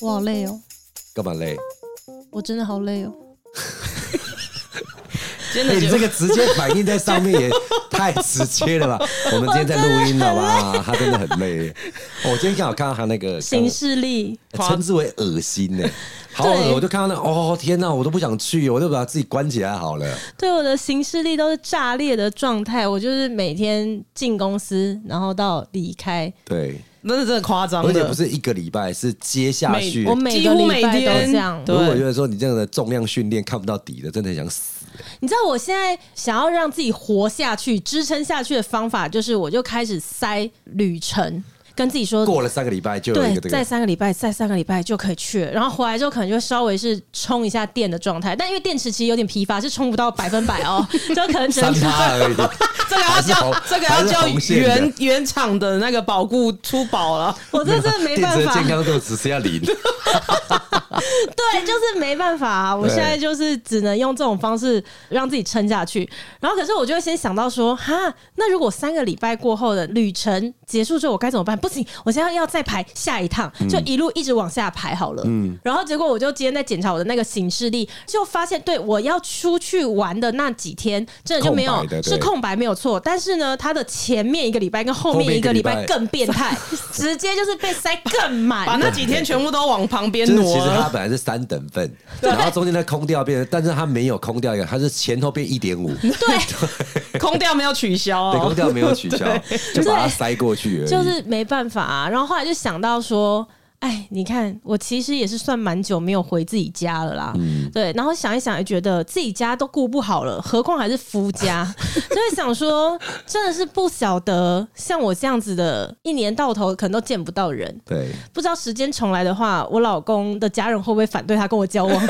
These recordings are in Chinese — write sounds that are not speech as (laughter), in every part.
我好累哦，干嘛累？我真的好累哦。真哎、的你就这个直接反应在上面也太直接了 (laughs) 吧？我们今天在录音，好吧？他真的很累。哦我今天刚好看到他那个 (laughs) 行事历，刚称之为恶心呢、好恶！对我就看到那，哦天哪，我都不想去，我就把自己关起来好了。对我的行事历都是炸裂的状态。我就是每天进公司，然后到离开，对，那是真的夸张而且的不，是一个礼拜，是接下每去我。每几个乎礼每拜都天这样。对如果觉得说你这样的重量训练看不到底的，真的很想死。你知道我现在想要让自己活下去、支撑下去的方法，就是我就开始塞旅程，跟自己说。过了三个礼拜就有一对个，这再个，三个礼拜，再三个礼拜就可以去了。然后回来之后，可能就稍微是充一下电的状态，但因为电池其实有点疲乏，是充不到百分百哦， (laughs) 就可能只三能充趴而已。 (laughs) 这个要还是红叫这个要叫还是红线的原原厂的那个保固出 (laughs) 保了。我这真的没电办池的法，健康度只剩下零。对，就是没办法、啊，我对现在就是只能用这种方式让自己撑下去。然后，可是我就会先想到说，哈，那如果三个礼拜过后的旅程结束之后，我该怎么办？不行，我现在要再排下一趟，就一路一直往下排好了。嗯，然后结果我就今天在检查我的那个行事历，就发现对我要出去玩的那几天，真的就没有空白的对是空白没有错，但是呢，它的前面一个礼拜跟后后面面一一个个礼礼拜拜更变态，直接就是被塞更满，把那几天全部都往旁边就是其挪实它了。本来是三等份， (laughs) 然后中间它空掉变成，但是它没有空掉一个，它是前后变一点五，对， (laughs) 空调没有取消、空哦，掉没有取消，就把它对塞过去而已。就是没办法、啊。然后后来就想到说，哎，你看我其实也是算蛮久没有回自己家了啦。嗯对，然后想一想，也觉得自己家都顾不好了，何况还是夫 (laughs) 家，就会想说，真的是不晓得像我这样子的，一年到头可能都见不到人。对，不知道时间重来的话，我老公的家人会不会反对他跟我交往？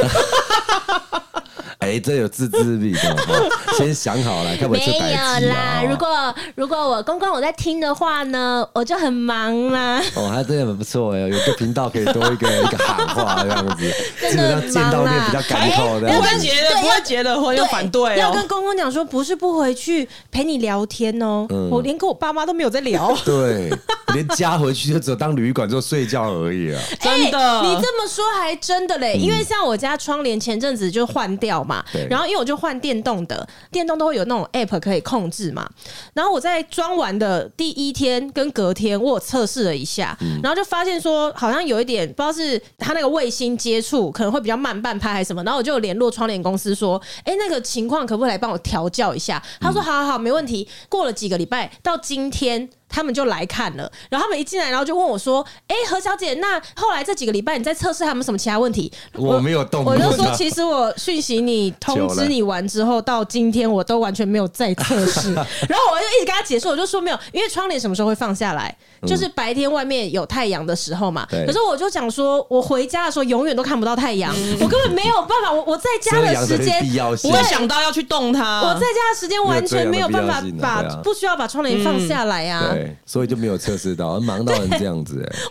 哎，这有自制力的哈，先想好了， (laughs) 看我这白痴啊！哦果 (laughs) 如果我公公我在听的话呢，我就很忙啦。哦，他真的很不错哎，有一个频道可以多一个一个喊话这样子，基本上见到面比较感口的哎不。会结的，不会结的婚又反对要哦跟。公公讲说，不是不回去陪你聊天哦，嗯我连跟我爸妈都没有在聊。对，连家回去就只有当旅馆做睡觉而已啊。 (laughs) 真的欸你这么说还真的嘞，因为像我家窗帘前阵子就换掉嘛嗯对，然后因为我就换电动的，电动都会有那种 app 可以控制嘛。然后我在装完的第一天跟隔天，我有测试了一下，然后就发现说好像有一点不知道是它那个卫星接触可能会比较慢半拍还是什么，然后我就有联络窗帘公司说，哎、那个情况可不可以来帮我调教一下？他说好好好，没问题。过了几个礼拜到今天。他们就来看了，然后他们一进来，然后就问我说：“哎、何小姐，那后来这几个礼拜你在测试他们什么其他问题？”哦我没有动过我它，就说，其实我讯息你、通知你完之后，到今天我都完全没有再测试。 (laughs) 然后我就一直跟他解释，我就说没有，因为窗帘什么时候会放下来？就是白天外面有太阳的时候嘛。嗯对可是我就讲说，我回家的时候永远都看不到太阳，我根本没有办法。我我在家遮的嗯阳时的间必要性不。会想到要去动它。我在家的时间完全没有办法没有遮阳的必要性啊把、对啊嗯不需要把窗帘放下来啊，我真的对，所以就没有测试到，忙到成这样子哎。好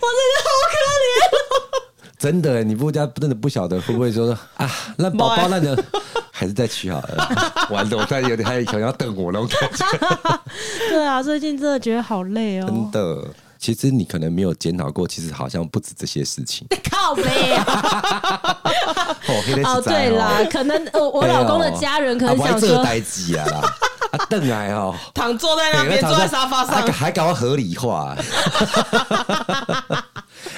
可怜。真的欸，你不家真的不晓得会不会说啊，那宝宝那个还是再去好了。 (laughs) 完了，我突然有点还想要瞪我那种感觉。对啊，最近真的觉得好累哦。真的，其实你可能没有检讨过，其实好像不止这些事情。靠背 (laughs) 啊！哦，哎啊黑的哦，是在对啦，可能呃我我老公的家人可能想说，呆鸡 (laughs) 啊啦，啊瞪 (laughs) 来哦。躺坐在那对边，坐在沙发还上，还搞到合理化，啊 (laughs)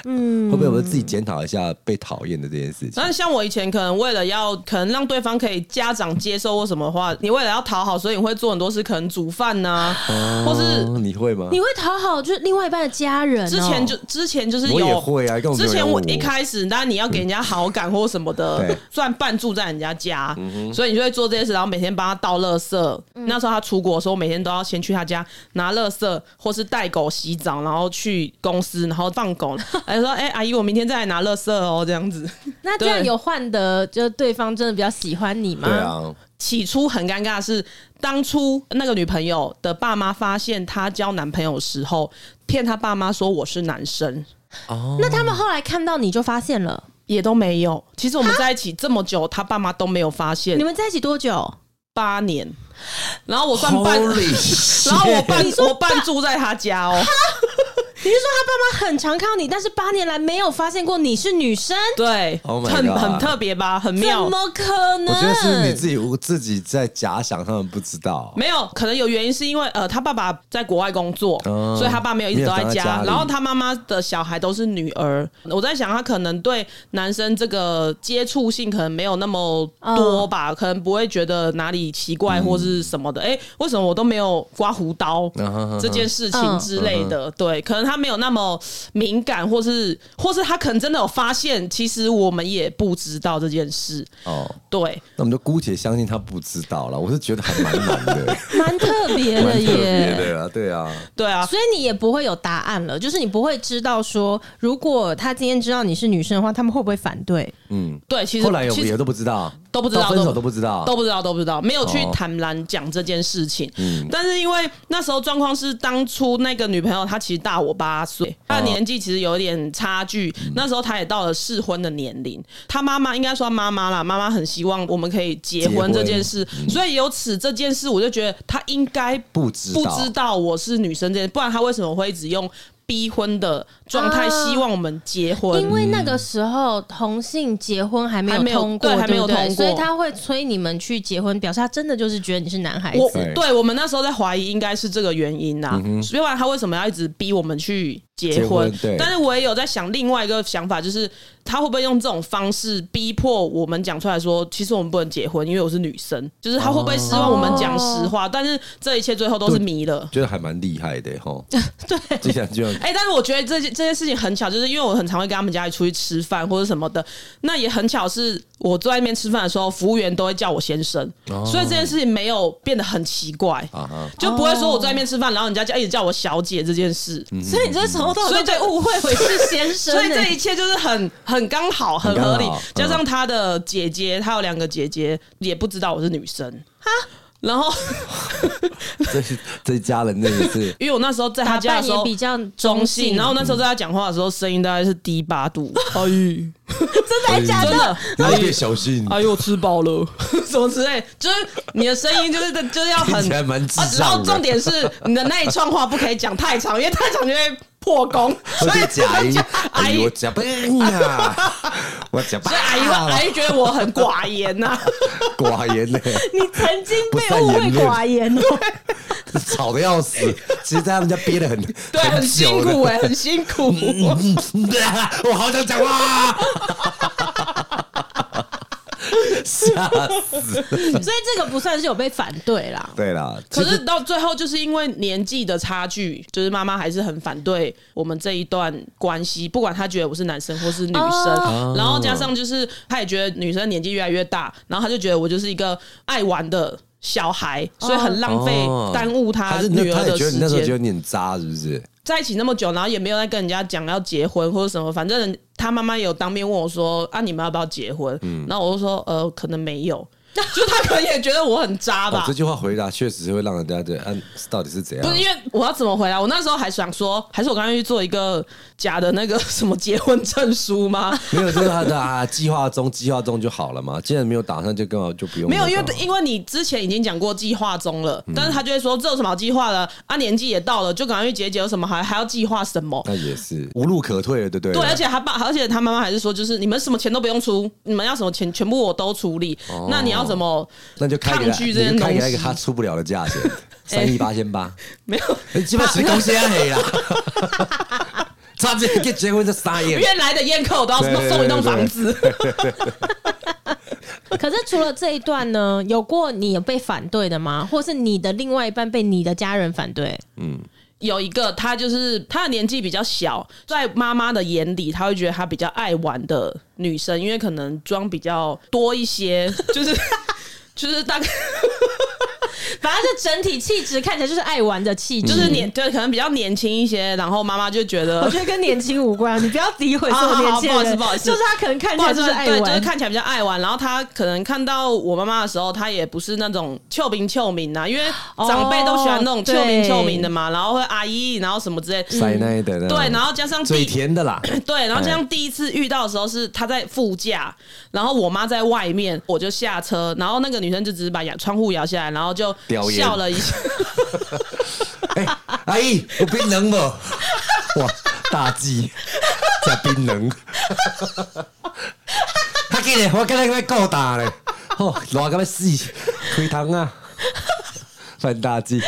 嗯，会不会我们自己检讨一下被讨厌的这件事情？但是像我以前可能为了要，可能让对方可以家长接受或什么话，你为了要讨好，所以你会做很多事，可能煮饭呐、或是哦你会吗？你会讨好就是另外一半的家人哦、之前就之前就是我也有会啊，根本没有之人前我问一开始，那你要给人家好感或什么嗯对嗯的，算半住在人家家，所以你就会做这些事，然后每天帮他倒垃圾。那时候他出国的时候，每天都要先去他家拿垃圾，或是带狗洗澡，然后去公司，然后放狗。还说：“哎，阿姨，我明天再来拿垃圾哦。”这样子。 (laughs) 那这样对有换的，就对方真的比较喜欢你吗？对啊，起初很尴尬的是，当初那个女朋友的爸妈发现她交男朋友的时候，骗她爸妈说我是男生。那他们后来看到你就发现了，也都没有。其实我们在一起这么久，他爸妈都没有发现你。们在一起多久？八年，然后我算半， Holy 然后我 shit 半我半住在他家哦。你是说他爸妈很常看到你，但是八年来没有发现过你是女生？对 Oh my 很 God 很特别吧，很怎妙。么可能？我觉得是你自己自己在假想，他们不知道。没有，可能有原因是因为呃，他爸爸在国外工作，嗯所以他爸没有一直都在没有待在家里然后他妈妈的小孩都是女儿，我在想他可能对男生这个接触性可能没有那么多吧，嗯可能不会觉得哪里奇怪或是什么的。哎、为什么我都没有刮胡刀？嗯哼嗯哼这件事情之类的，对，可能他没有那么敏感，或是或是他可能真的有发现，其实我们也不知道这件事，哦，对，那我们就姑且相信他不知道了。我是觉得还蛮难的， (laughs) 蛮特别的蛮特别耶。的啊，对啊。对啊，所以你也不会有答案了，就是你不会知道说，如果他今天知道你是女生的话，他们会不会反对？对，其实后来有其实也都不知道，都不知道到分手都不知道，都不知道，都不知道，没有去哦嗯坦然讲这件事情。但是因为那时候状况是，当初那个女朋友她其实大我八哦岁，她的年纪其实有点差距。嗯那时候她也到了适婚的年龄，她妈妈应该说她妈妈啦，妈妈很希望我们可以结结婚婚嗯这件事，所以由此这件事，我就觉得她应该不知不道知道我是女生这件，不然她为什么会一直用逼婚的状态啊希望我们结婚？因为那个时候同性结婚还没还没有通过，对还没有不对通过所以他会催你们去结婚，表示他真的就是觉得你是男孩我子。对嗯对我们那时候在怀疑，应该是这个原因啊呐、所以不然他为什么要一直逼我们去结结婚对但是我也有在想另外一个想法，就是他会不会用这种方式逼迫我们讲出来说，其实我们不能结婚，因为我是女生，就是他会不会希望我们讲实哦话？但是这一切最后都是迷了。觉得还蛮厉害的 (laughs) 哈。对，就想就哎、但是我觉得这件这件事情很巧，就是因为我很常会跟他们家里出去吃饭或者什么的，那也很巧是我坐在那边吃饭的时候，服务员都会叫我先生，所以这件事情没有变得很奇怪。啊哈，就不会说我在外面吃饭，哦然后人家叫一直叫我小姐这件事，嗯所以你这时候到所以底这哦被误会为是先生、所以欸这一切就是很很刚好，很合理很刚好。嗯加上他的姐姐，他有两个姐姐，也不知道我是女生哈。然后，这是这家人那一次因为我那时候在他打家的扮时候也比较中性，性，然后那时候在他讲话的时候，声音大概是低八 (laughs) 度。哎，真的还哎假真的？的，你要点小心，哎呦，我吃饱了， (laughs) 什么之类，就是你的声音就是就是要听很起来蛮智啊然后障重的，点是你的那一串话不可以讲太长，因为太长就会破功，或所以，是假音哎阿呦，姨我假笨 (laughs) 呀，我假啊所以阿姨会笨阿呀，姨觉得我很寡言 (laughs) 呐、 (laughs) 寡言呢，你曾经不被善误会言论寡言哦、 (laughs) 吵得要死。其实在他们家憋得很， (laughs) 对，很辛久的苦哎、很辛苦。 (laughs) 我好想讲话、 (laughs) 吓死！嗯所以这个不算是有被反对啦。对啦，可其是实到最后，就是因为年纪的差距，就是妈妈还是很反对我们这一段关系，不管她觉得我是男生或是女生，啊然后加上就是她也觉得女生年纪越来越大，然后她就觉得我就是一个爱玩的小孩，所以很浪费哦耽误她他是女那儿他的也觉得时你那时候间觉。得你很渣，是不哦是？在一起那么久，然后也没有再跟人家讲要结婚或者什么，反正他妈妈也有当面问我说：“啊，你们要不要结婚？”嗯然后我就说：“呃，可能没有。” (laughs) 就是他可能也觉得我很渣哦吧，这句话回答确实会让人家觉得，嗯、到底是怎样啊不？是因为我要怎么回答？我那时候还想说，还是我刚刚去做一个假的那个什么结婚证书 (laughs) 吗？没有，就是他的啊，计划中，计划中就好了嘛。既然没有打算，就根本就不用没那个有，嘛。因为因为你之前已经讲过计划中了，但是他就会说这有什么好计划的？啊，年纪也到了，就赶快去结一结，有什么还还要计划什么？那也是无路可退了，对不对？对，而且他爸，而且他妈妈还是说，就是你们什么钱都不用出，你们要什么钱全部我都处理。哦那你要怎么？ (laughs) 那就开给抗他，拒你这件就开给东他一西哎个他出不了的价钱，三亿八千 (laughs) 八。没有，你基本谁公司啊 (laughs) 你啦？差这个结婚就三亿，啊原来的宴客我都要对对对送一栋房子。可是除了这一段呢，有过你有被反对的吗？或是你的另外一半被你的家人反对？ (laughs) 有一个，他就是他的年纪比较小，在妈妈的眼里，他会觉得她比较爱玩的女生，因为可能妆比较多一些，就是 (laughs) 就是大概反正就整体气质看起来就是爱玩的气质，嗯就是年，对，可能比较年轻一些，然后妈妈就觉得我觉得跟年轻无关，你不要诋毁啊所有年轻人、好好不好意思不好意思就是他可能看不起来好意就思，是爱对，就玩，是看起来比较爱玩。然后他可能看到我妈妈的时候，他也不是那种臭名臭名呐、啊因为长辈都喜欢那种哦臭名臭名的嘛，然后会阿姨，然后什么之类。塞那一的那种嗯对，然后加上嘴第甜的 (laughs) 啦，对，哎然后加上第一次遇到的时候是他在副驾，然后我妈在外面，我就下车，然后那个女生就只是把摇窗户摇下来，然后就叼烟 (laughs) 笑了一下，哎，阿姨，有槟榔不？哇，大忌，加冰冷。他记得我刚才够大嘞，哦，热到要死，开膛啊，犯大忌，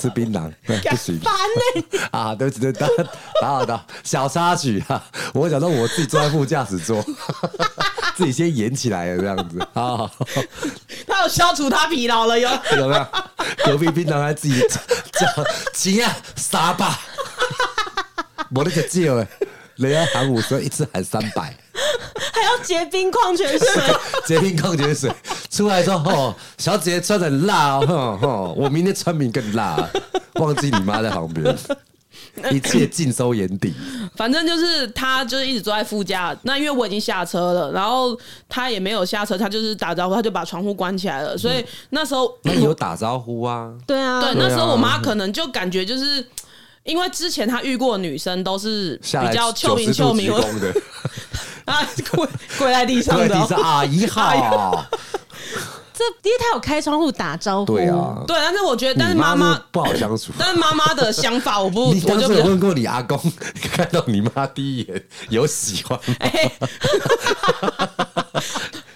吃槟榔哎不行烦欸呢、啊！对不起，对不起打打扰到小插曲啊，我想到我自己坐在副驾驶座， (laughs) 自己先演起来了这样子啊。好好他有消除他疲劳了哟。有没有？隔壁槟榔还自己叫亲啊傻吧，我那个借了，人家喊五十，一次喊三百，还要结冰矿泉水，结冰矿泉水出来之后，哦，小姐姐穿的很辣哦，哦哦，我明天穿比你更辣、忘记你妈在旁边，一切尽收眼底。反正就是他就是一直坐在副驾，那因为我已经下车了，然后他也没有下车，他就是打招呼，他就把窗户关起来了。所以那时候，那你有打招呼啊？ (laughs) 对啊，对，那时候我妈可能就感觉就是。因为之前她遇过的女生都是下来比较臭九名十臭度鞠名，或躬的， (laughs) 啊跪跪在地上对，的哦、你是 (laughs) 阿姨好，这因为他有开窗户打招呼，对啊，对，但是我觉得，但是你妈妈是，不好相处。啊但是妈妈的想法，我不，(laughs) 我你当就时比有较问过你阿公， (laughs) 看到你妈第一眼有喜欢吗？哎，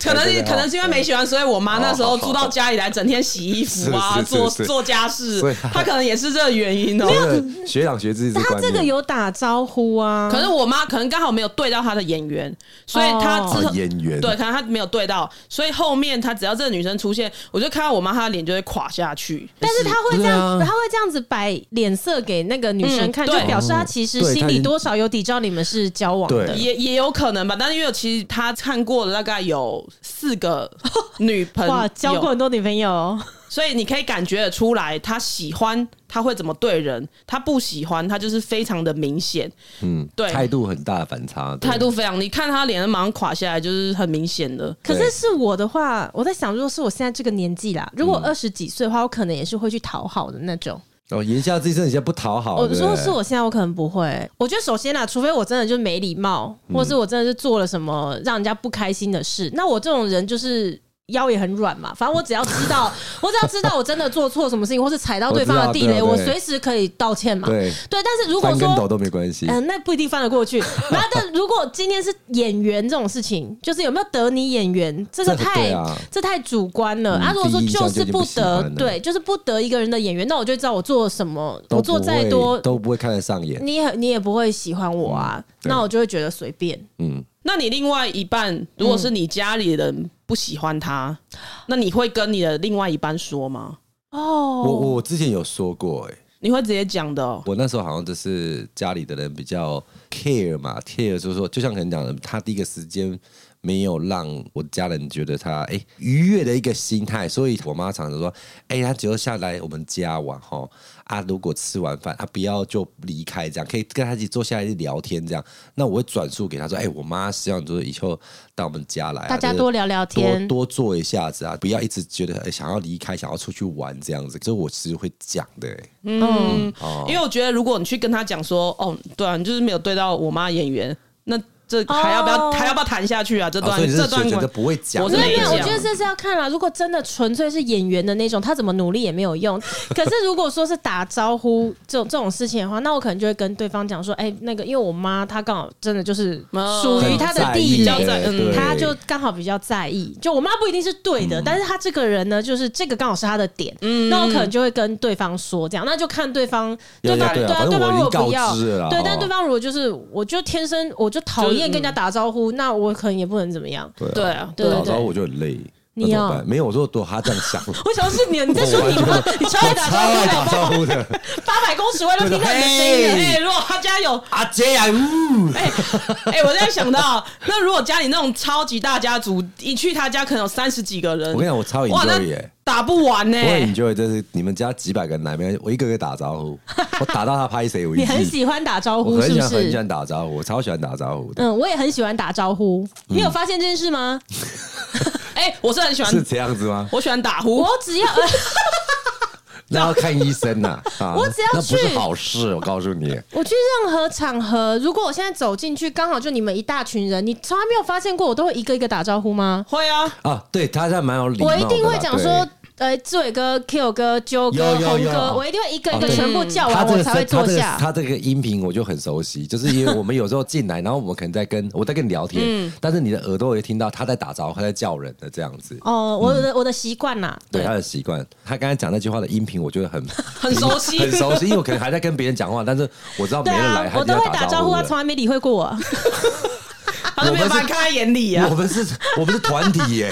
可能是哦可能是因为没喜欢，所以我妈那时候住到家里来，整天洗衣服是啊，是是做是做家事所以，她可能也是这个原因哦、真的学长学弟这他观这个念。有打招呼啊，可是我妈可能刚好没有对到她的眼缘，所以她哦之啊后演员对，可能她没有对到，所以后面她只要这个女生出现，我就看到我妈她的脸就会垮下去。但是他会这样，对啊他会这样子摆脸色给那个女生看，嗯对就表示他其实对心他已里经多少有底，知道你们是交往的对。也也有可能吧，但是因为其实她看过了大概有四 (laughs) 个女朋哇，友，交过很多女朋友哦，所以你可以感觉得出来，他喜欢他会怎么对人，他不喜欢他就是非常的明显，嗯，对态度很大的反差，对态度非常，你看他脸马上垮下来，就是很明显的。可是对是我的话，我在想，如果是我现在这个年纪啦，如果二十几岁的话，我可能也是会去讨好的那种。哦，言下之意，你现在不讨好。我对不哦说对是我现在，我可能不会。我觉得首先啦，啊除非我真的就没礼貌，嗯或是我真的是做了什么让人家不开心的事，那我这种人就是。腰也很软嘛，反正我只要知 (laughs) 道，我只要知道我真的做错什么事情，或是踩到对方的地雷，我我知道对啊随对时可以道歉嘛。对对，但是如果翻跟斗说，都没关系嗯、，那不一定翻得 (laughs) 过去。然后，但如果今天是演员这种事情，就是有没有得你眼缘，这个这个太对啊这太主观了。嗯啊，如果说第一印象就就是已经不喜欢得了，对，就是不得一个人的眼缘，那我就知道我做什么，都我不做会再多都不会看得上眼。你也你也不会喜欢我啊，嗯对那我就会觉得随便。嗯，那你另外一半，如果是你家里人不喜欢他，那你会跟你的另外一半说吗？哦，我我之前有说过，哎，你会直接讲的哦、我那时候好像就是家里的人比较 care 嘛，care 就是说，就像可能讲的，他第一个时间没有让我家人觉得他哎、愉悦的一个心态，所以我妈常常说，哎、他只要下来我们家玩哈啊，如果吃完饭啊，不要就离开，这样可以跟他一起坐下来聊天这样。那我会转述给他说，哎、我妈希望就是以后到我们家来啊、大家就是多聊聊天多多做一下子啊，不要一直觉得、哎想要离开，想要出去玩这样子，这我其实会讲的、哎嗯，哦因为我觉得如果你去跟他讲说，哦，对啊，你就是没有对到我妈演员，那这还要不要、哦还要不要谈下去啊？这哦段、所以你这是段觉觉得关不会讲，我是没没有没有，我讲觉得这是要看啦。如果真的纯粹是演员的那种，他怎么努力也没有 (laughs) 用。可是如果说是打招呼这种这种事情的话，那我可能就会跟对方讲说，哎、那个因为我妈她刚好真的就是哦属于她的地比较雷。在嗯对嗯她就刚好比较在意，就我妈不一定是对的，但是她这个人呢，就是这个刚好是她的点，那我可能就会跟对方说这样，那就看对方，要对方要对啊啊，反正对我方已如经果不要告知了啦，对哦，嗯但对方如果就是我就天生我就讨厌跟人家打招呼，那我可能也不能怎么样。对啊，对对早知道对，我就很累，你那怎么哦办没有，我说多他这 (laughs) 样想， (laughs) 我想是你，你在说你吗？你超爱打招超爱打呼哎的，招呼的，八百公尺外都听到你的声对音啊的了。哎、如果他家有阿杰 (laughs) 啊，呜，哎、哎、我在想到，那如果家里那种超级大家族，一去他家可能有三十几个人，我跟你讲，我超哇，那 enjoy 耶。打不完呢、我很 enjoy，就是你们家几百个人来，没关系我一个个打 (laughs) 招呼，我打到他拍谁为你很止。喜欢打招我呼，很是喜不欢很喜是？欢打招呼，我超喜欢打招呼的，嗯，我也很喜欢打招呼。你嗯有发现这件事吗？哎、我是很喜是欢，这样子吗？我喜欢打呼我。只要呃那要看医生呐，啊 (laughs) 我只要那不是去好事，我告诉你。 (laughs) 我去任何场合，如果我现在走进去，刚好就你们一大群人，你从来没有发现过我都会一个一个打招呼吗？会啊，啊，对他这样蛮有礼貌我的啦。一定会讲说对，呃，志伟哥、Q 哥、啾哥、有有红有哥，我一定会一个一个哦对全部叫他完，这我个才会声他坐这个下。他这个音频我就很熟悉，就是因为我们有时候进来，然后我们可能在跟 (laughs) 我在跟你聊天，嗯但是你的耳朵会听到他在打招呼，他在叫人的这样子。哦，我的我的习惯啦，对啊他的习惯，他刚才讲那句话的音频，我觉 (laughs) 得很很熟悉很熟悉，因为我可能还在跟别人讲话，但是我知道没对人来，啊，他我就都要会打招招呼，啊他了从来没理会过我。他都没有把你看在眼里啊我。们是，我们是团体 (laughs) 耶，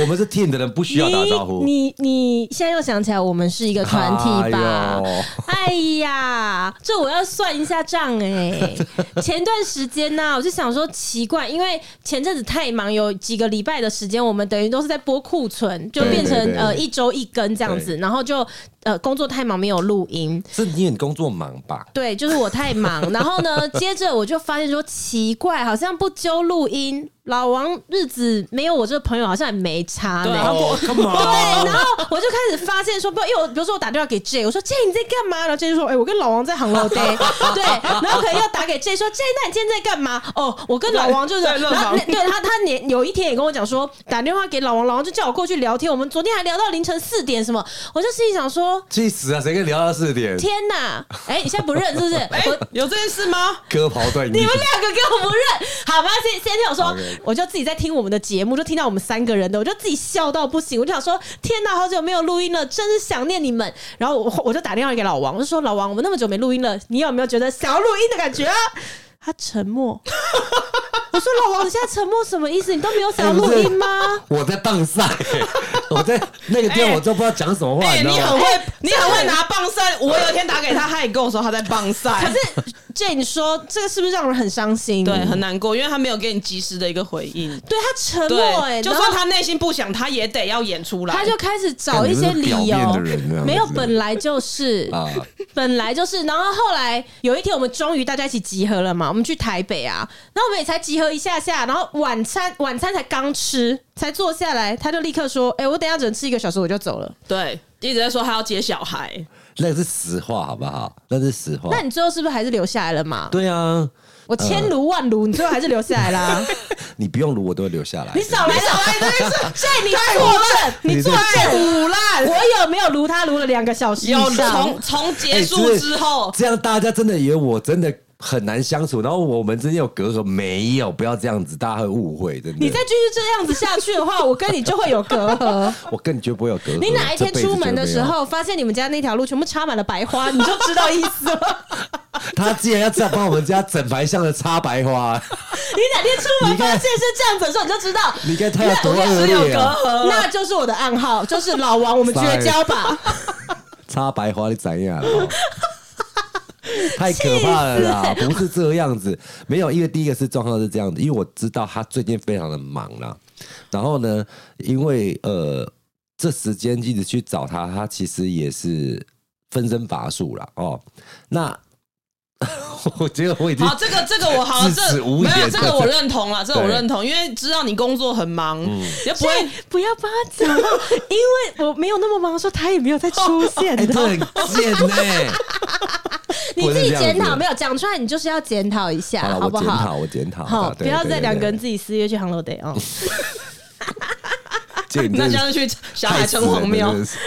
我们是 team 的人，不需要打招呼。你你你现在又想起来，我们是一个团体吧？哎呀，这我要算一下账哎、 (laughs) 前段时间呢、我就想说奇怪，因为前阵子太忙，有几个礼拜的时间，我们等于都是在播库存，就对变成对对呃对一周一根这样子，对然后就呃工作太忙没有录音。是因为你工作忙吧？对，就是我太 (laughs) 忙，然后呢，接着我就发现说奇怪，好像不揪录音，老王日子没有我这个朋友好像也没差呢、对啊哦，干嘛？对，然后我就开始发现说，不，因为我比如说我打电话给 J，我说 J 你在干嘛？然后 J 就说，哎、我跟老王在杭 (laughs) 州 day，对，然后可能要打给 J 说，J 那你今天在干嘛？哦，我跟老王就是，在在然乐后房那对他他连有一天也跟我讲说，打电话给老王，老王就叫我过去聊天，我们昨天还聊到凌晨四点什么，我就心里想说， (laughs) 气死啊！谁跟你聊到四点？天哪，哎、你现在不认是不是？ (laughs) 哎我，有这件 (laughs) 事吗？割袍断你义们。两个给我不 (laughs) 认，好吧？先先听我说 OK，我就自己在听我们的节目，就听到我们三个人的，我就自己笑到不行。我就想说，天哪，好久没有录音了，真是想念你们。然后我我就打电话给老王，我就说老王，我们那么久没录音了，你有没有觉得想要录音的感觉啊？他沉默。我说老王，你现在沉默什么意思？你都没有想要录音 (laughs) 吗？我在棒赛、我在那个哎店，我都不知道讲什么话，哎、你你知道很吗？会，你很会拿棒赛。我有一天打给 (laughs) 他，他也跟我说他在棒赛，可是 Jane 你说这个是不是让人很伤心？对，很难过，因为他没有给你及时的一个回应。对他沉默、哎，对，就然后算他内心不想，他也得要演出来。他就开始找一些理由感觉是表面的人这样，子没有，本来就是啊， (laughs) 本来就是。然后后来有一天，我们终于大家一起集合了嘛，我们去台北啊，然后我们也才集合一下下，然后晚餐晚餐才刚吃，才坐下来，他就立刻说：“哎、我等一下只能吃一个小时，我就走了。对，一直在说他要接小孩，那是实话，好不好？那是实话。那你最后是不是还是留下来了嘛？对啊，我千如万如，你最后还是留下来啦、你不用撸，我都会留下来。你少来少来，这是 (laughs) 现在你作证，你作太证腐烂。我有没有如他如了两个小时以有上？从从结束之后，哎这样大家真的以为我真的很难相处，然后我们之间有隔阂，没有，不要这样子，大家会误会，真的。你再继续这样子下去的话，我跟你就会有隔阂。我跟你绝不会有隔阂。你哪一天出门的时候，发现你们家那条路全部插满了白 (laughs) 花，你就知道意思了。这辈子就没有，他竟然要这样帮我们家整排巷的插白花，你哪天出门发现是这样子的时候，你就知道。你看他有多只恶有劣隔啊！阂了。那就是我的暗号，就是老王，我们 (laughs) 绝交吧！插白花你怎样啊？ (laughs) 太可怕了啦！不是这样子，没有，因为第一个是状况是这样子，因为我知道他最近非常的忙啦。然后呢，因为呃，这时间一直去找他，他其实也是分身乏术啦。哦。那 (laughs) 我觉得我已经好，这个这个我好，自这此无没有言这个我认同了，这个我认同，因为知道你工作很忙，嗯也不所会以不要帮他讲，因为我没有那么忙，说他也没有再出现 (laughs) 哎、的。这很贱呢、 (laughs) 你自己检讨，不没是这样子有讲出来，你就是要检讨一下，好了，好不我检讨，好？我检讨。好，对不要对再对两个人对自己私约去杭楼 day 哦。啊贱，那真的这样去小太海死城隍人了庙真。的是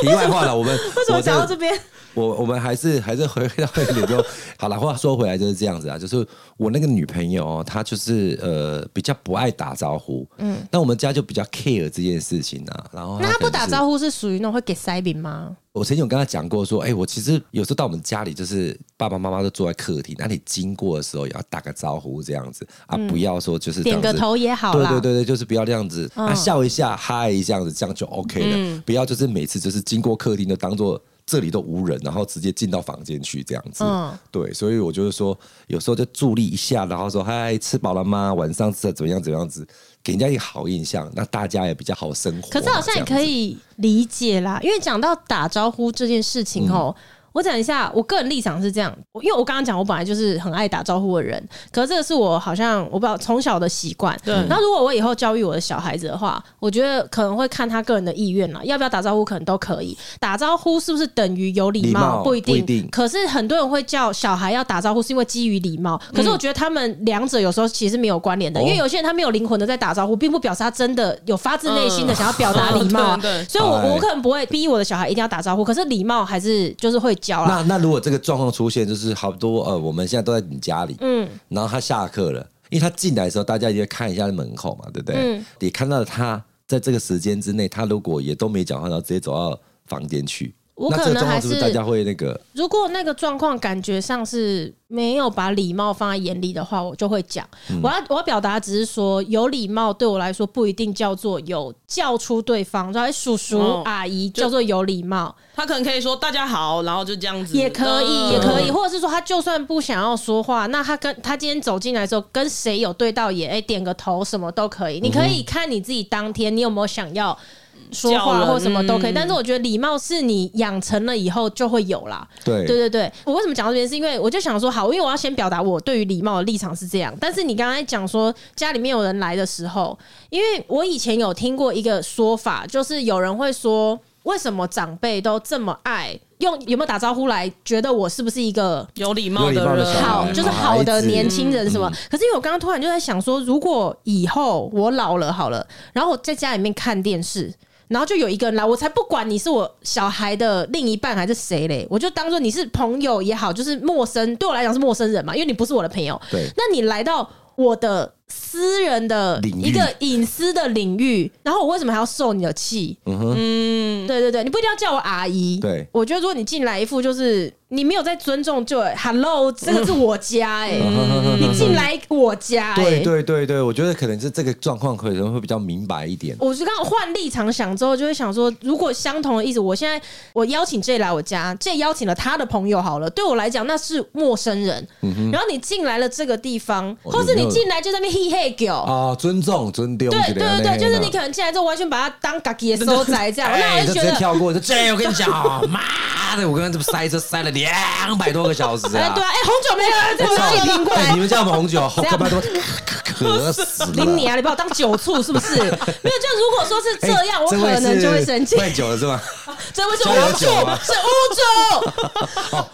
题外话了，我 (laughs) 们为什么我真讲的到这边？我我们还是还是回到一点就好了。话说回来就是这样子啊，就是我那个女朋友哦，她就是呃比较不爱打招呼，嗯，但我们家就比较 care 这件事情啊。然后那他可不能打是招呼是属于那种会给塞饼吗？我曾经有跟他讲过说，哎、我其实有时候到我们家里，就是爸爸妈妈都坐在客厅，那你经过的时候也要打个招呼这样子啊，不要说就是嗯这点样个子头也好对啦。嗯对对对，就是不要这样子、啊，笑一下嗨一下这样子，这样就 OK 了。不要就是每次就是经过客厅就当做这里都无人，然后直接进到房间去这样子。嗯对，所以我就是说，有时候就助力一下，然后说嗨，吃饱了吗？晚上吃的怎么样？怎么样子？给人家一个好印象，那大家也比较好生活嘛。可是好像也这可样子，嗯以理解啦，因为讲到打招呼这件事情哦、我讲一下，我个人立场是这样，我因为我刚刚讲，我本来就是很爱打招呼的人，可是这个是我好像我不知道从小的习惯。对然后如果我以后教育我的小孩子的话，我觉得可能会看他个人的意愿啦，要不要打招呼可能都可以。打招呼是不是等于有礼礼貌不一定。不一定可是很多人会叫小孩要打招呼，是因为基于礼貌。可是我觉得他们两者有时候其实没有关联的，嗯哦因为有些人他没有灵魂的在打招呼，并不表示他真的有发自内心的想要表达礼貌啊。嗯对对所以我哎我可能不会逼我的小孩一定要打招呼，可是礼貌还是就是会教啦。那那如果这个状况出现，就是好多呃，我们现在都在你家里，嗯，然后他下课了，因为他进来的时候，大家也会看一下门口嘛，对不对？嗯你看到他在这个时间之内，他如果也都没讲话，然后直接走到房间去，我那可这个能状还况是不是是大家会那个？如果那个状况感觉上是没有把礼貌放在眼里的话，我就会讲。我要我要表达只是说，有礼貌对我来说不一定叫做有叫出对方，说哎叔叔、哦阿姨就叫做有礼貌。他可能可以说大家好，然后就这样子也可以，嗯也可以，或者是说他就算不想要说话，那他跟他今天走进来的时候跟谁有对到眼，哎、点个头什么都可以。嗯你可以看你自己当天你有没有想要说叫话人或什么都可以，嗯但是我觉得礼貌是你养成了以后就会有啦。对 (laughs) 对对对，我为什么讲到这边，是因为我就想说，好，因为我要先表达我对于礼貌的立场是这样。但是你刚才讲说家里面有人来的时候，因为我以前有听过一个说法，就是有人会说，为什么长辈都这么爱用有没有打招呼来，觉得我是不是一个有礼貌有礼貌的的人，小孩好，嗯就是好的年轻人什么。可是因为我刚刚突然就在想说，如果以后我老了好了，然后我在家里面看电视。然后就有一个人来，我才不管你是我小孩的另一半还是谁嘞，我就当做你是朋友也好，就是陌生，对我来讲是陌生人嘛，因为你不是我的朋友。对那你来到我的私人的领域一个隐私的领域，然后我为什么还要受你的气？嗯，对对对，你不一定要叫我阿姨。对我觉得如果你进来一副就是你没有在尊重就，Hello，这个是我家哎、你进来我家哎、嗯对对对对，我觉得可能是这个状况可能会比较明白一点。我就刚好换立场想之后，就会想说，如果相同的意思，我现在我邀请 J 来我家，J 邀请了他的朋友好了，对我来讲那是陌生人。然后你进来了这个地方，嗯哦或是有没你有进来就在那边嘿嘿狗，啊，尊重、尊丢，对对对对，就是你可能能进来之后完全把他当嘎吉的收宅 (laughs) 这样，那哎，我就就直觉接得跳过，就 (laughs) 这我跟你讲，妈的，我刚刚这塞车塞了两百多个小时哎啊对！啊，哎红酒没有了，这 (laughs) 我自己操瓶过来哎，你们叫我 (laughs) 们红酒，好这样干嘛都渴死了。顶你啊！你把我当酒醋是不 (laughs) 是？没有，就如果说是这哎样，我可能就会生气。卖酒了是吗？ (laughs) 这位是交无友醋，酒啊吗是污 (laughs) 酒。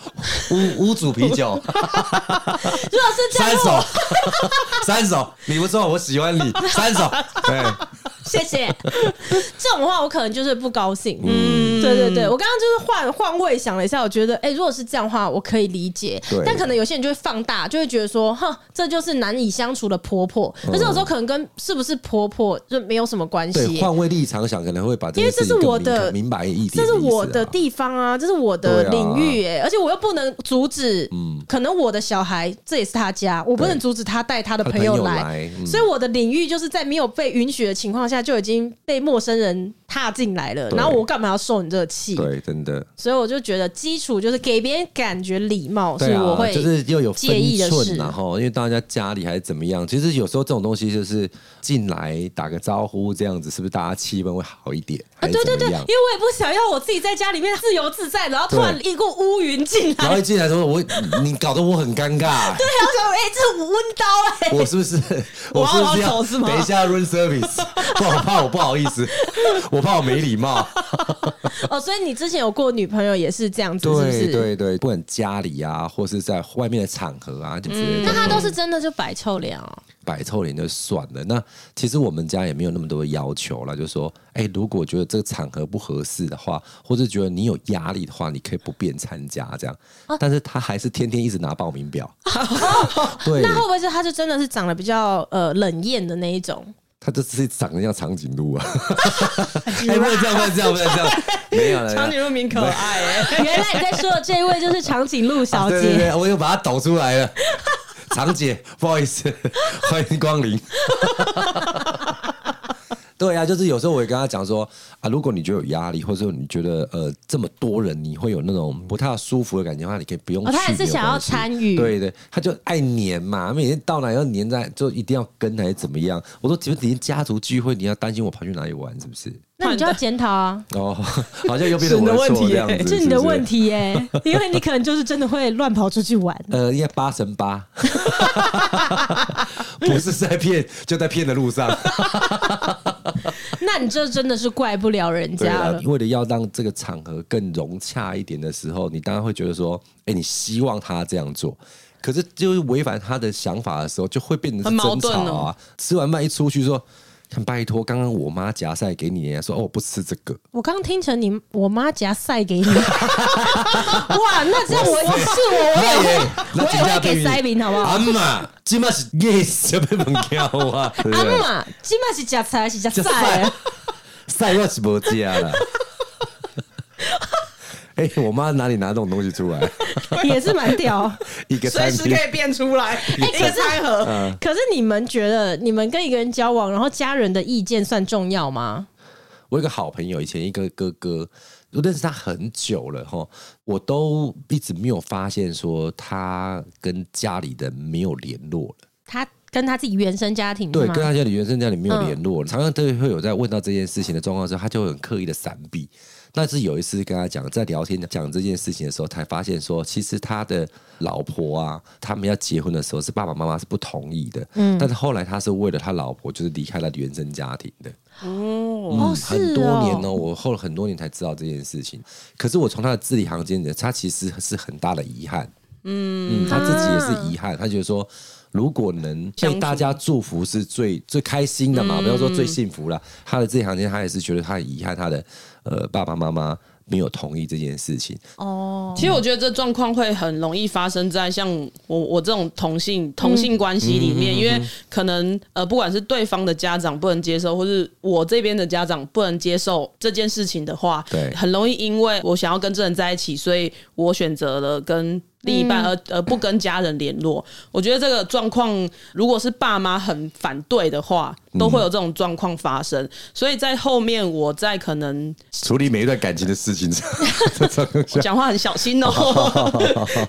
五五组啤 (laughs) 酒，如果是这三样，手 (laughs) 我，三手，你不错，我喜欢 (laughs) 你，三手，哎对，谢谢。这种话我可能就是不高兴。嗯，对对对，我刚刚就是换换位想了一下，我觉得，哎，如果是这样的话，我可以理解对。但可能有些人就会放大，就会觉得说，哼，这就是难以相处的婆婆。可是有时候可能跟是不是婆婆就没有什么关嗯对，系。换位立场想，可能会把件因为这事情是更我明的明白一点，这是我的。地方啊，这是我的啊对啊嗯领域哎、而且我又不能阻止，可能我的小孩这也是他家，我不能阻止他带他的朋友他的朋来，友来嗯所以我的领域就是在没有被允许的情况下就已经被陌生人踏进来了，对然后我干嘛要受你这个气？对，真的，所以我就觉得基础就是给别人感觉礼貌，对是我啊会，就是又有介意分的寸事然后因为大家家里还是怎么样，其实有时候这种东西就是进来打个招呼这样子，是不是大家气氛会好一点？啊，还是对对怎对，么因为样？我也不想要我自己在家里面自由自在，然后突然一股乌云进来，然后一进来说我，你搞得我很尴尬，对，然后想，哎、这温刀哎、我是不是我我是不要是我要要走是吗等一下 run service？不 (laughs) 好怕我不好意思，我怕我没礼貌。哦，所以你之前有过女朋友也是这样子，是不对是？对对，不管家里啊，或是在外面的场合啊，就之类的。那他都是真的就摆臭脸哦。摆臭脸就算了。那其实我们家也没有那么多的要求啦，就说，哎、如果觉得这个场合不合适的话，或是觉得你有压力的话，你可以不便参加这样。但是他还是天天一直拿报名表，对，那会不会是他就真的是长得比较呃冷艳的那一种？ (laughs) 他这是长得像长颈鹿啊！ (laughs) 哎、不能这样，不能这样，不能这样，没有了。长颈鹿名可爱哎、原来你在说的这一位就是长颈鹿小啊对对姐，对，我又把它抖出来了。 (laughs) 长姐，不好意思，欢迎光临。对啊，就是有时候我也跟他讲说啊，如果你觉得有压力，或者你觉得呃这么多人你会有那种不太舒服的感觉的话，你可以不用去、哦他也是没有想要关系参与对对，他就爱黏嘛，每天到哪要黏在，就一定要跟还是怎么样？我说，你们连家族聚会，你要担心我跑去哪里玩是不是？那你就要检讨啊，哦， (laughs) 好像又变成我是你的问错题哦这样耶子，这是你的不问。题耶、因为你可能就是真的会乱跑出去玩。呃，应该八乘八， (laughs) 不是在骗，就在骗的路 (laughs) 上。那你这真的是怪不了人对家啊了，。为了要让这个场合更融洽一点的时候，你当然会觉得说，哎、你希望他这样做，可是就是违反他的想法的时候，就会变成很是矛争盾吵哦啊。吃完饭一出去说，看拜托，刚刚我妈夹菜给你，说哦我不吃这 (laughs) 个，我刚听成你我妈夹塞给你， (laughs) 哇！那这样我哇塞是我，我哎也会，哎我也会给塞饼，好不好？ (laughs) 阿妈，今麦是 yes 就被门跳啊，对 (laughs) 不阿对妈，今麦是夹菜还是啊夹这塞？赛我是不加了。(laughs) 啊哎、我妈哪里拿这种东西出来？ (laughs) 也是蛮屌。一个随餐时厅可以变出来，一哎可个是餐盒。嗯可是你们觉得，你们跟一个人交往，然后家人的意见算重要吗？我有一个好朋友，以前一个哥哥，我认识他很久了哈，我都一直没有发现说他跟家里人没有联络了。他跟他自己原生家庭对，吗嗯跟？他家里原生家里没有联络了，常常都会有在问到这件事情的状况之后，他就会很刻意的闪避。但是有一次跟他讲，在聊天讲这件事情的时候，才发现说，其实他的老婆啊，他们要结婚的时候是爸爸妈妈是不同意的，嗯，但是后来他是为了他老婆，就是离开了原生家庭的，哦，是很多年哦，哦。我后了很多年才知道这件事情。可是我从他的字里行间，他其实是很大的遗憾。嗯，他自己也是遗憾，他觉得说，如果能被大家祝福是最最开心的嘛，不要说最幸福了。他的字里行间，他也是觉得他很遗憾，他的呃爸爸妈妈没有同意这件事情。哦，其实我觉得这状况会很容易发生在像我我这种同性同性关系里面，因为可能呃，不管是对方的家长不能接受，或是我这边的家长不能接受这件事情的话，对很容易因为我想要跟这人在一起，所以我选择了跟。另一半而而不跟家人联络，我觉得这个状况，如果是爸妈很反对的话，都会有这种状况发生。所以在后面，我在可能处理每一段感情的事情上，这状况下 (laughs) 讲话很小 (laughs) 心哦、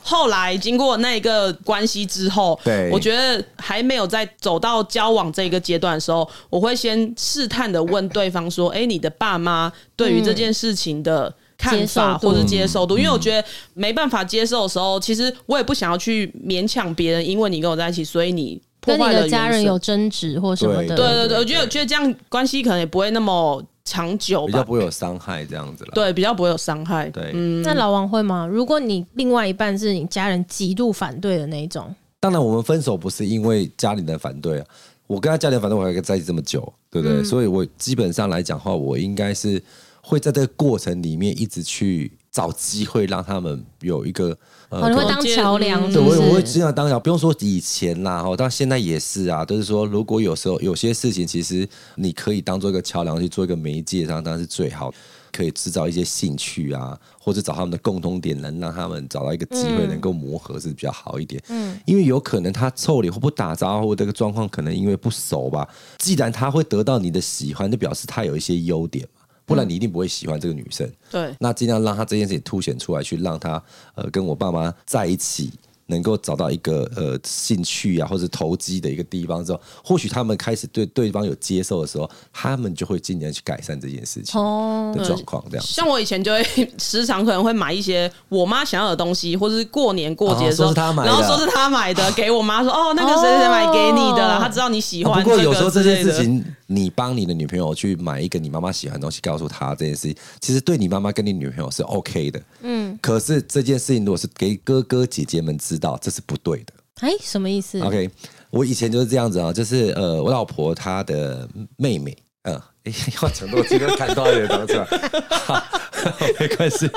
后来经过那一个关系之后，对我觉得还没有在走到交往这个阶段的时候，我会先试探的问对方说：“哎、你的爸妈对于这件事情的。看法接受度或是接受度，嗯因为我觉得没办法接受的时候，其实我也不想要去勉强别人，因为你跟我在一起，所以你破跟你坏了的家人原生有争执或什么的，对对对对，我觉得我觉得这样关系可能也不会那么长久 (laughs) 比较吧，不会有伤害这样子了。对，比较不会有伤害。对，那老王会吗？如果你另外一半是你家人极度反对的那一种，当然，我们分手不是因为家里人反对啊，我跟他家里人反对，我还跟他在一起这么久，对不对？所以我基本上来讲的话，我应该是会在这个过程里面一直去找机会让他们有一个呃哦，你会可当桥梁，嗯是对，不我我会是？经常当然不用说以前啦，哈，到现在也是啊，就是说，如果有时候有些事情，其实你可以当做一个桥梁去做一个媒介，然后当然是最好，可以制造一些兴趣啊，或者找他们的共通点，能让他们找到一个机会能够磨合是比较好一点。嗯，因为有可能他臭脸或不打招呼这个状况，可能因为不熟吧。既然他会得到你的喜欢，就表示他有一些优点嘛，不然你一定不会喜欢这个女生。对，那尽量让他这件事情凸显出来，去让他呃跟我爸妈在一起，能够找到一个呃兴趣啊或者投机的一个地方之后，或许他们开始对对方有接受的时候，他们就会尽量去改善这件事情哦，的状况，这样。像我以前就会时常可能会买一些我妈想要的东西，或者是过年过节的时哦说候，是她买的然后说是她 (laughs) 买的，给我妈说哦，那个谁谁谁买给你的啦，她知道你喜啊欢、不这过个有时候这之类件事的，情，你帮你的女朋友去买一个你妈妈喜欢的东西，告诉她这件事情，其实对你妈妈跟你女朋友是 OK 的。嗯，可是这件事情如果是给哥哥姐姐们知道，这是不对的。哎，什么意思？ OK，我以前就是这样子啊，就是呃，我老婆她的妹妹，嗯、呃， (laughs) 要讲到我今天看到一点东西了，哈 (laughs) 没关系，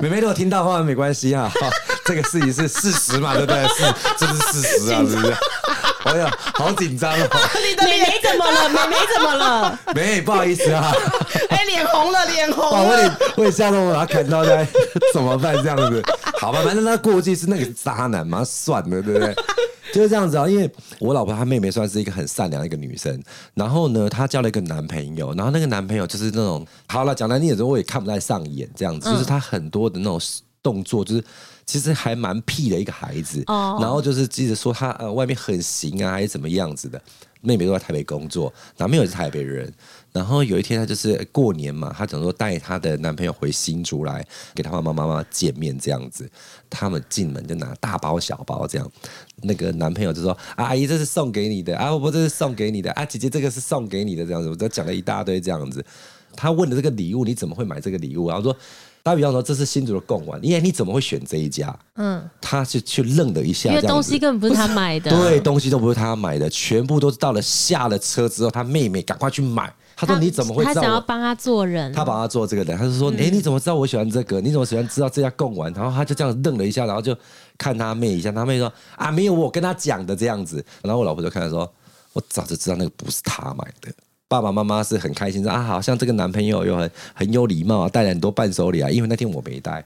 妹妹如果听到的话没关系啊，哈这个事情是事实嘛，对不对？是，这是事实啊，是不是？哎呀，好紧张哦！你的妹脸妹怎么了？妹妹怎么了？没，不好意思啊，哎、脸红了，脸红哇，我了。得我得吓到我，把他砍到在怎么办这样子？好吧，反正他过去是那个渣男嘛，算了，对不对？就是这样子啊。因为我老婆她妹妹算是一个很善良的一个女生，然后呢，她交了一个男朋友，然后那个男朋友就是那种好了，讲难听点，我也看不太上眼，这样子，就是他很多的那种动作，就是其实还蛮屁的一个孩子，哦然后就是记着说他呃外面很行啊，还是怎么样子的。妹妹都在台北工作，男朋友是台北人。然后有一天，她就是呃过年嘛，她想说带她的男朋友回新竹来，给她爸爸妈妈见面这样子。他们进门就拿大包小包这样，那个男朋友就说：“啊阿姨，这是送给你的啊，我这是送给你的啊，姐姐这个是送给你的这样子。”我都讲了一大堆这样子。他问的这个礼物，你怎么会买这个礼物？然后说，打比方说，这是新竹的贡丸，耶，你怎么会选这一家？嗯，他就去愣了一下，因为这样东子西根本不是他买的，对，东西都不是他买的，全部都是到了下了车之后，他妹妹赶快去买。他他说：“你怎么会他知道想要我？”帮他做人，他帮他做这个人，他就说：“哎、你怎么知道我喜欢这个？你怎么喜欢知道这家贡丸？”然后他就这样愣了一下，然后就看他妹一下，他妹说：“啊，没有，我跟他讲的这样子。”然后我老婆就看他说：“我早就知道那个不是他买的。”爸爸妈妈是很开心说啊，好像这个男朋友又很很有礼貌啊，带了很多伴手礼啊，因为那天我没带。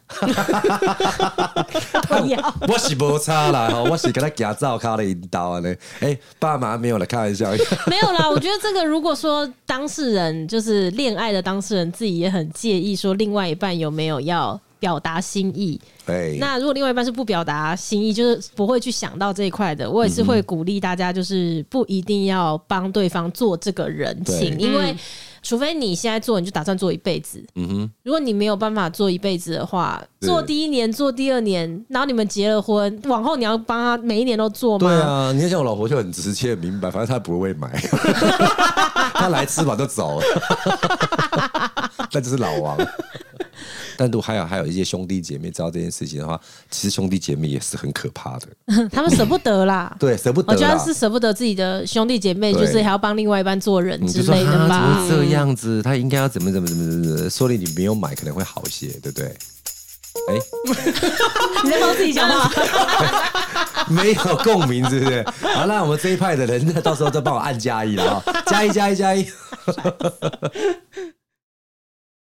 (laughs) 不要。我是无差啦，吼我是给他夹照卡的引导啊呢。哎、爸妈没有了，开玩笑。 (laughs) 没有啦，我觉得这个如果说当事人就是恋爱的当事人自己也很介意，说另外一半有没有要表达心意。哎，那如果另外一半是不表达心意，就是不会去想到这一块的，我也是会鼓励大家，就是不一定要帮对方做这个人情，对因为嗯除非你现在做，你就打算做一辈子。嗯哼，如果你没有办法做一辈子的话，对做第一年，做第二年，然后你们结了婚，往后你要帮他每一年都做吗？对啊，你看像我老婆就很直接明白，反正她不会买，她来吃饱就走了， (laughs) 那就是老王。但如果还有还有一些兄弟姐妹知道这件事情的话，其实兄弟姐妹也是很可怕的， (laughs) 他们舍不得啦。对，啊舍不我得觉啦得。哦是舍不得自己的兄弟姐妹，对就是还要帮另外一半做人你之就说类的啊，怎么吧会。这样子？他应该要怎么怎么怎么怎么？说你你没有买可能会好一些，(laughs) 对不对？哎、你在帮自己讲话，没有共鸣，是不是？好，那我们这一派的人，到时候再帮我按加一了啊、加一加一加一。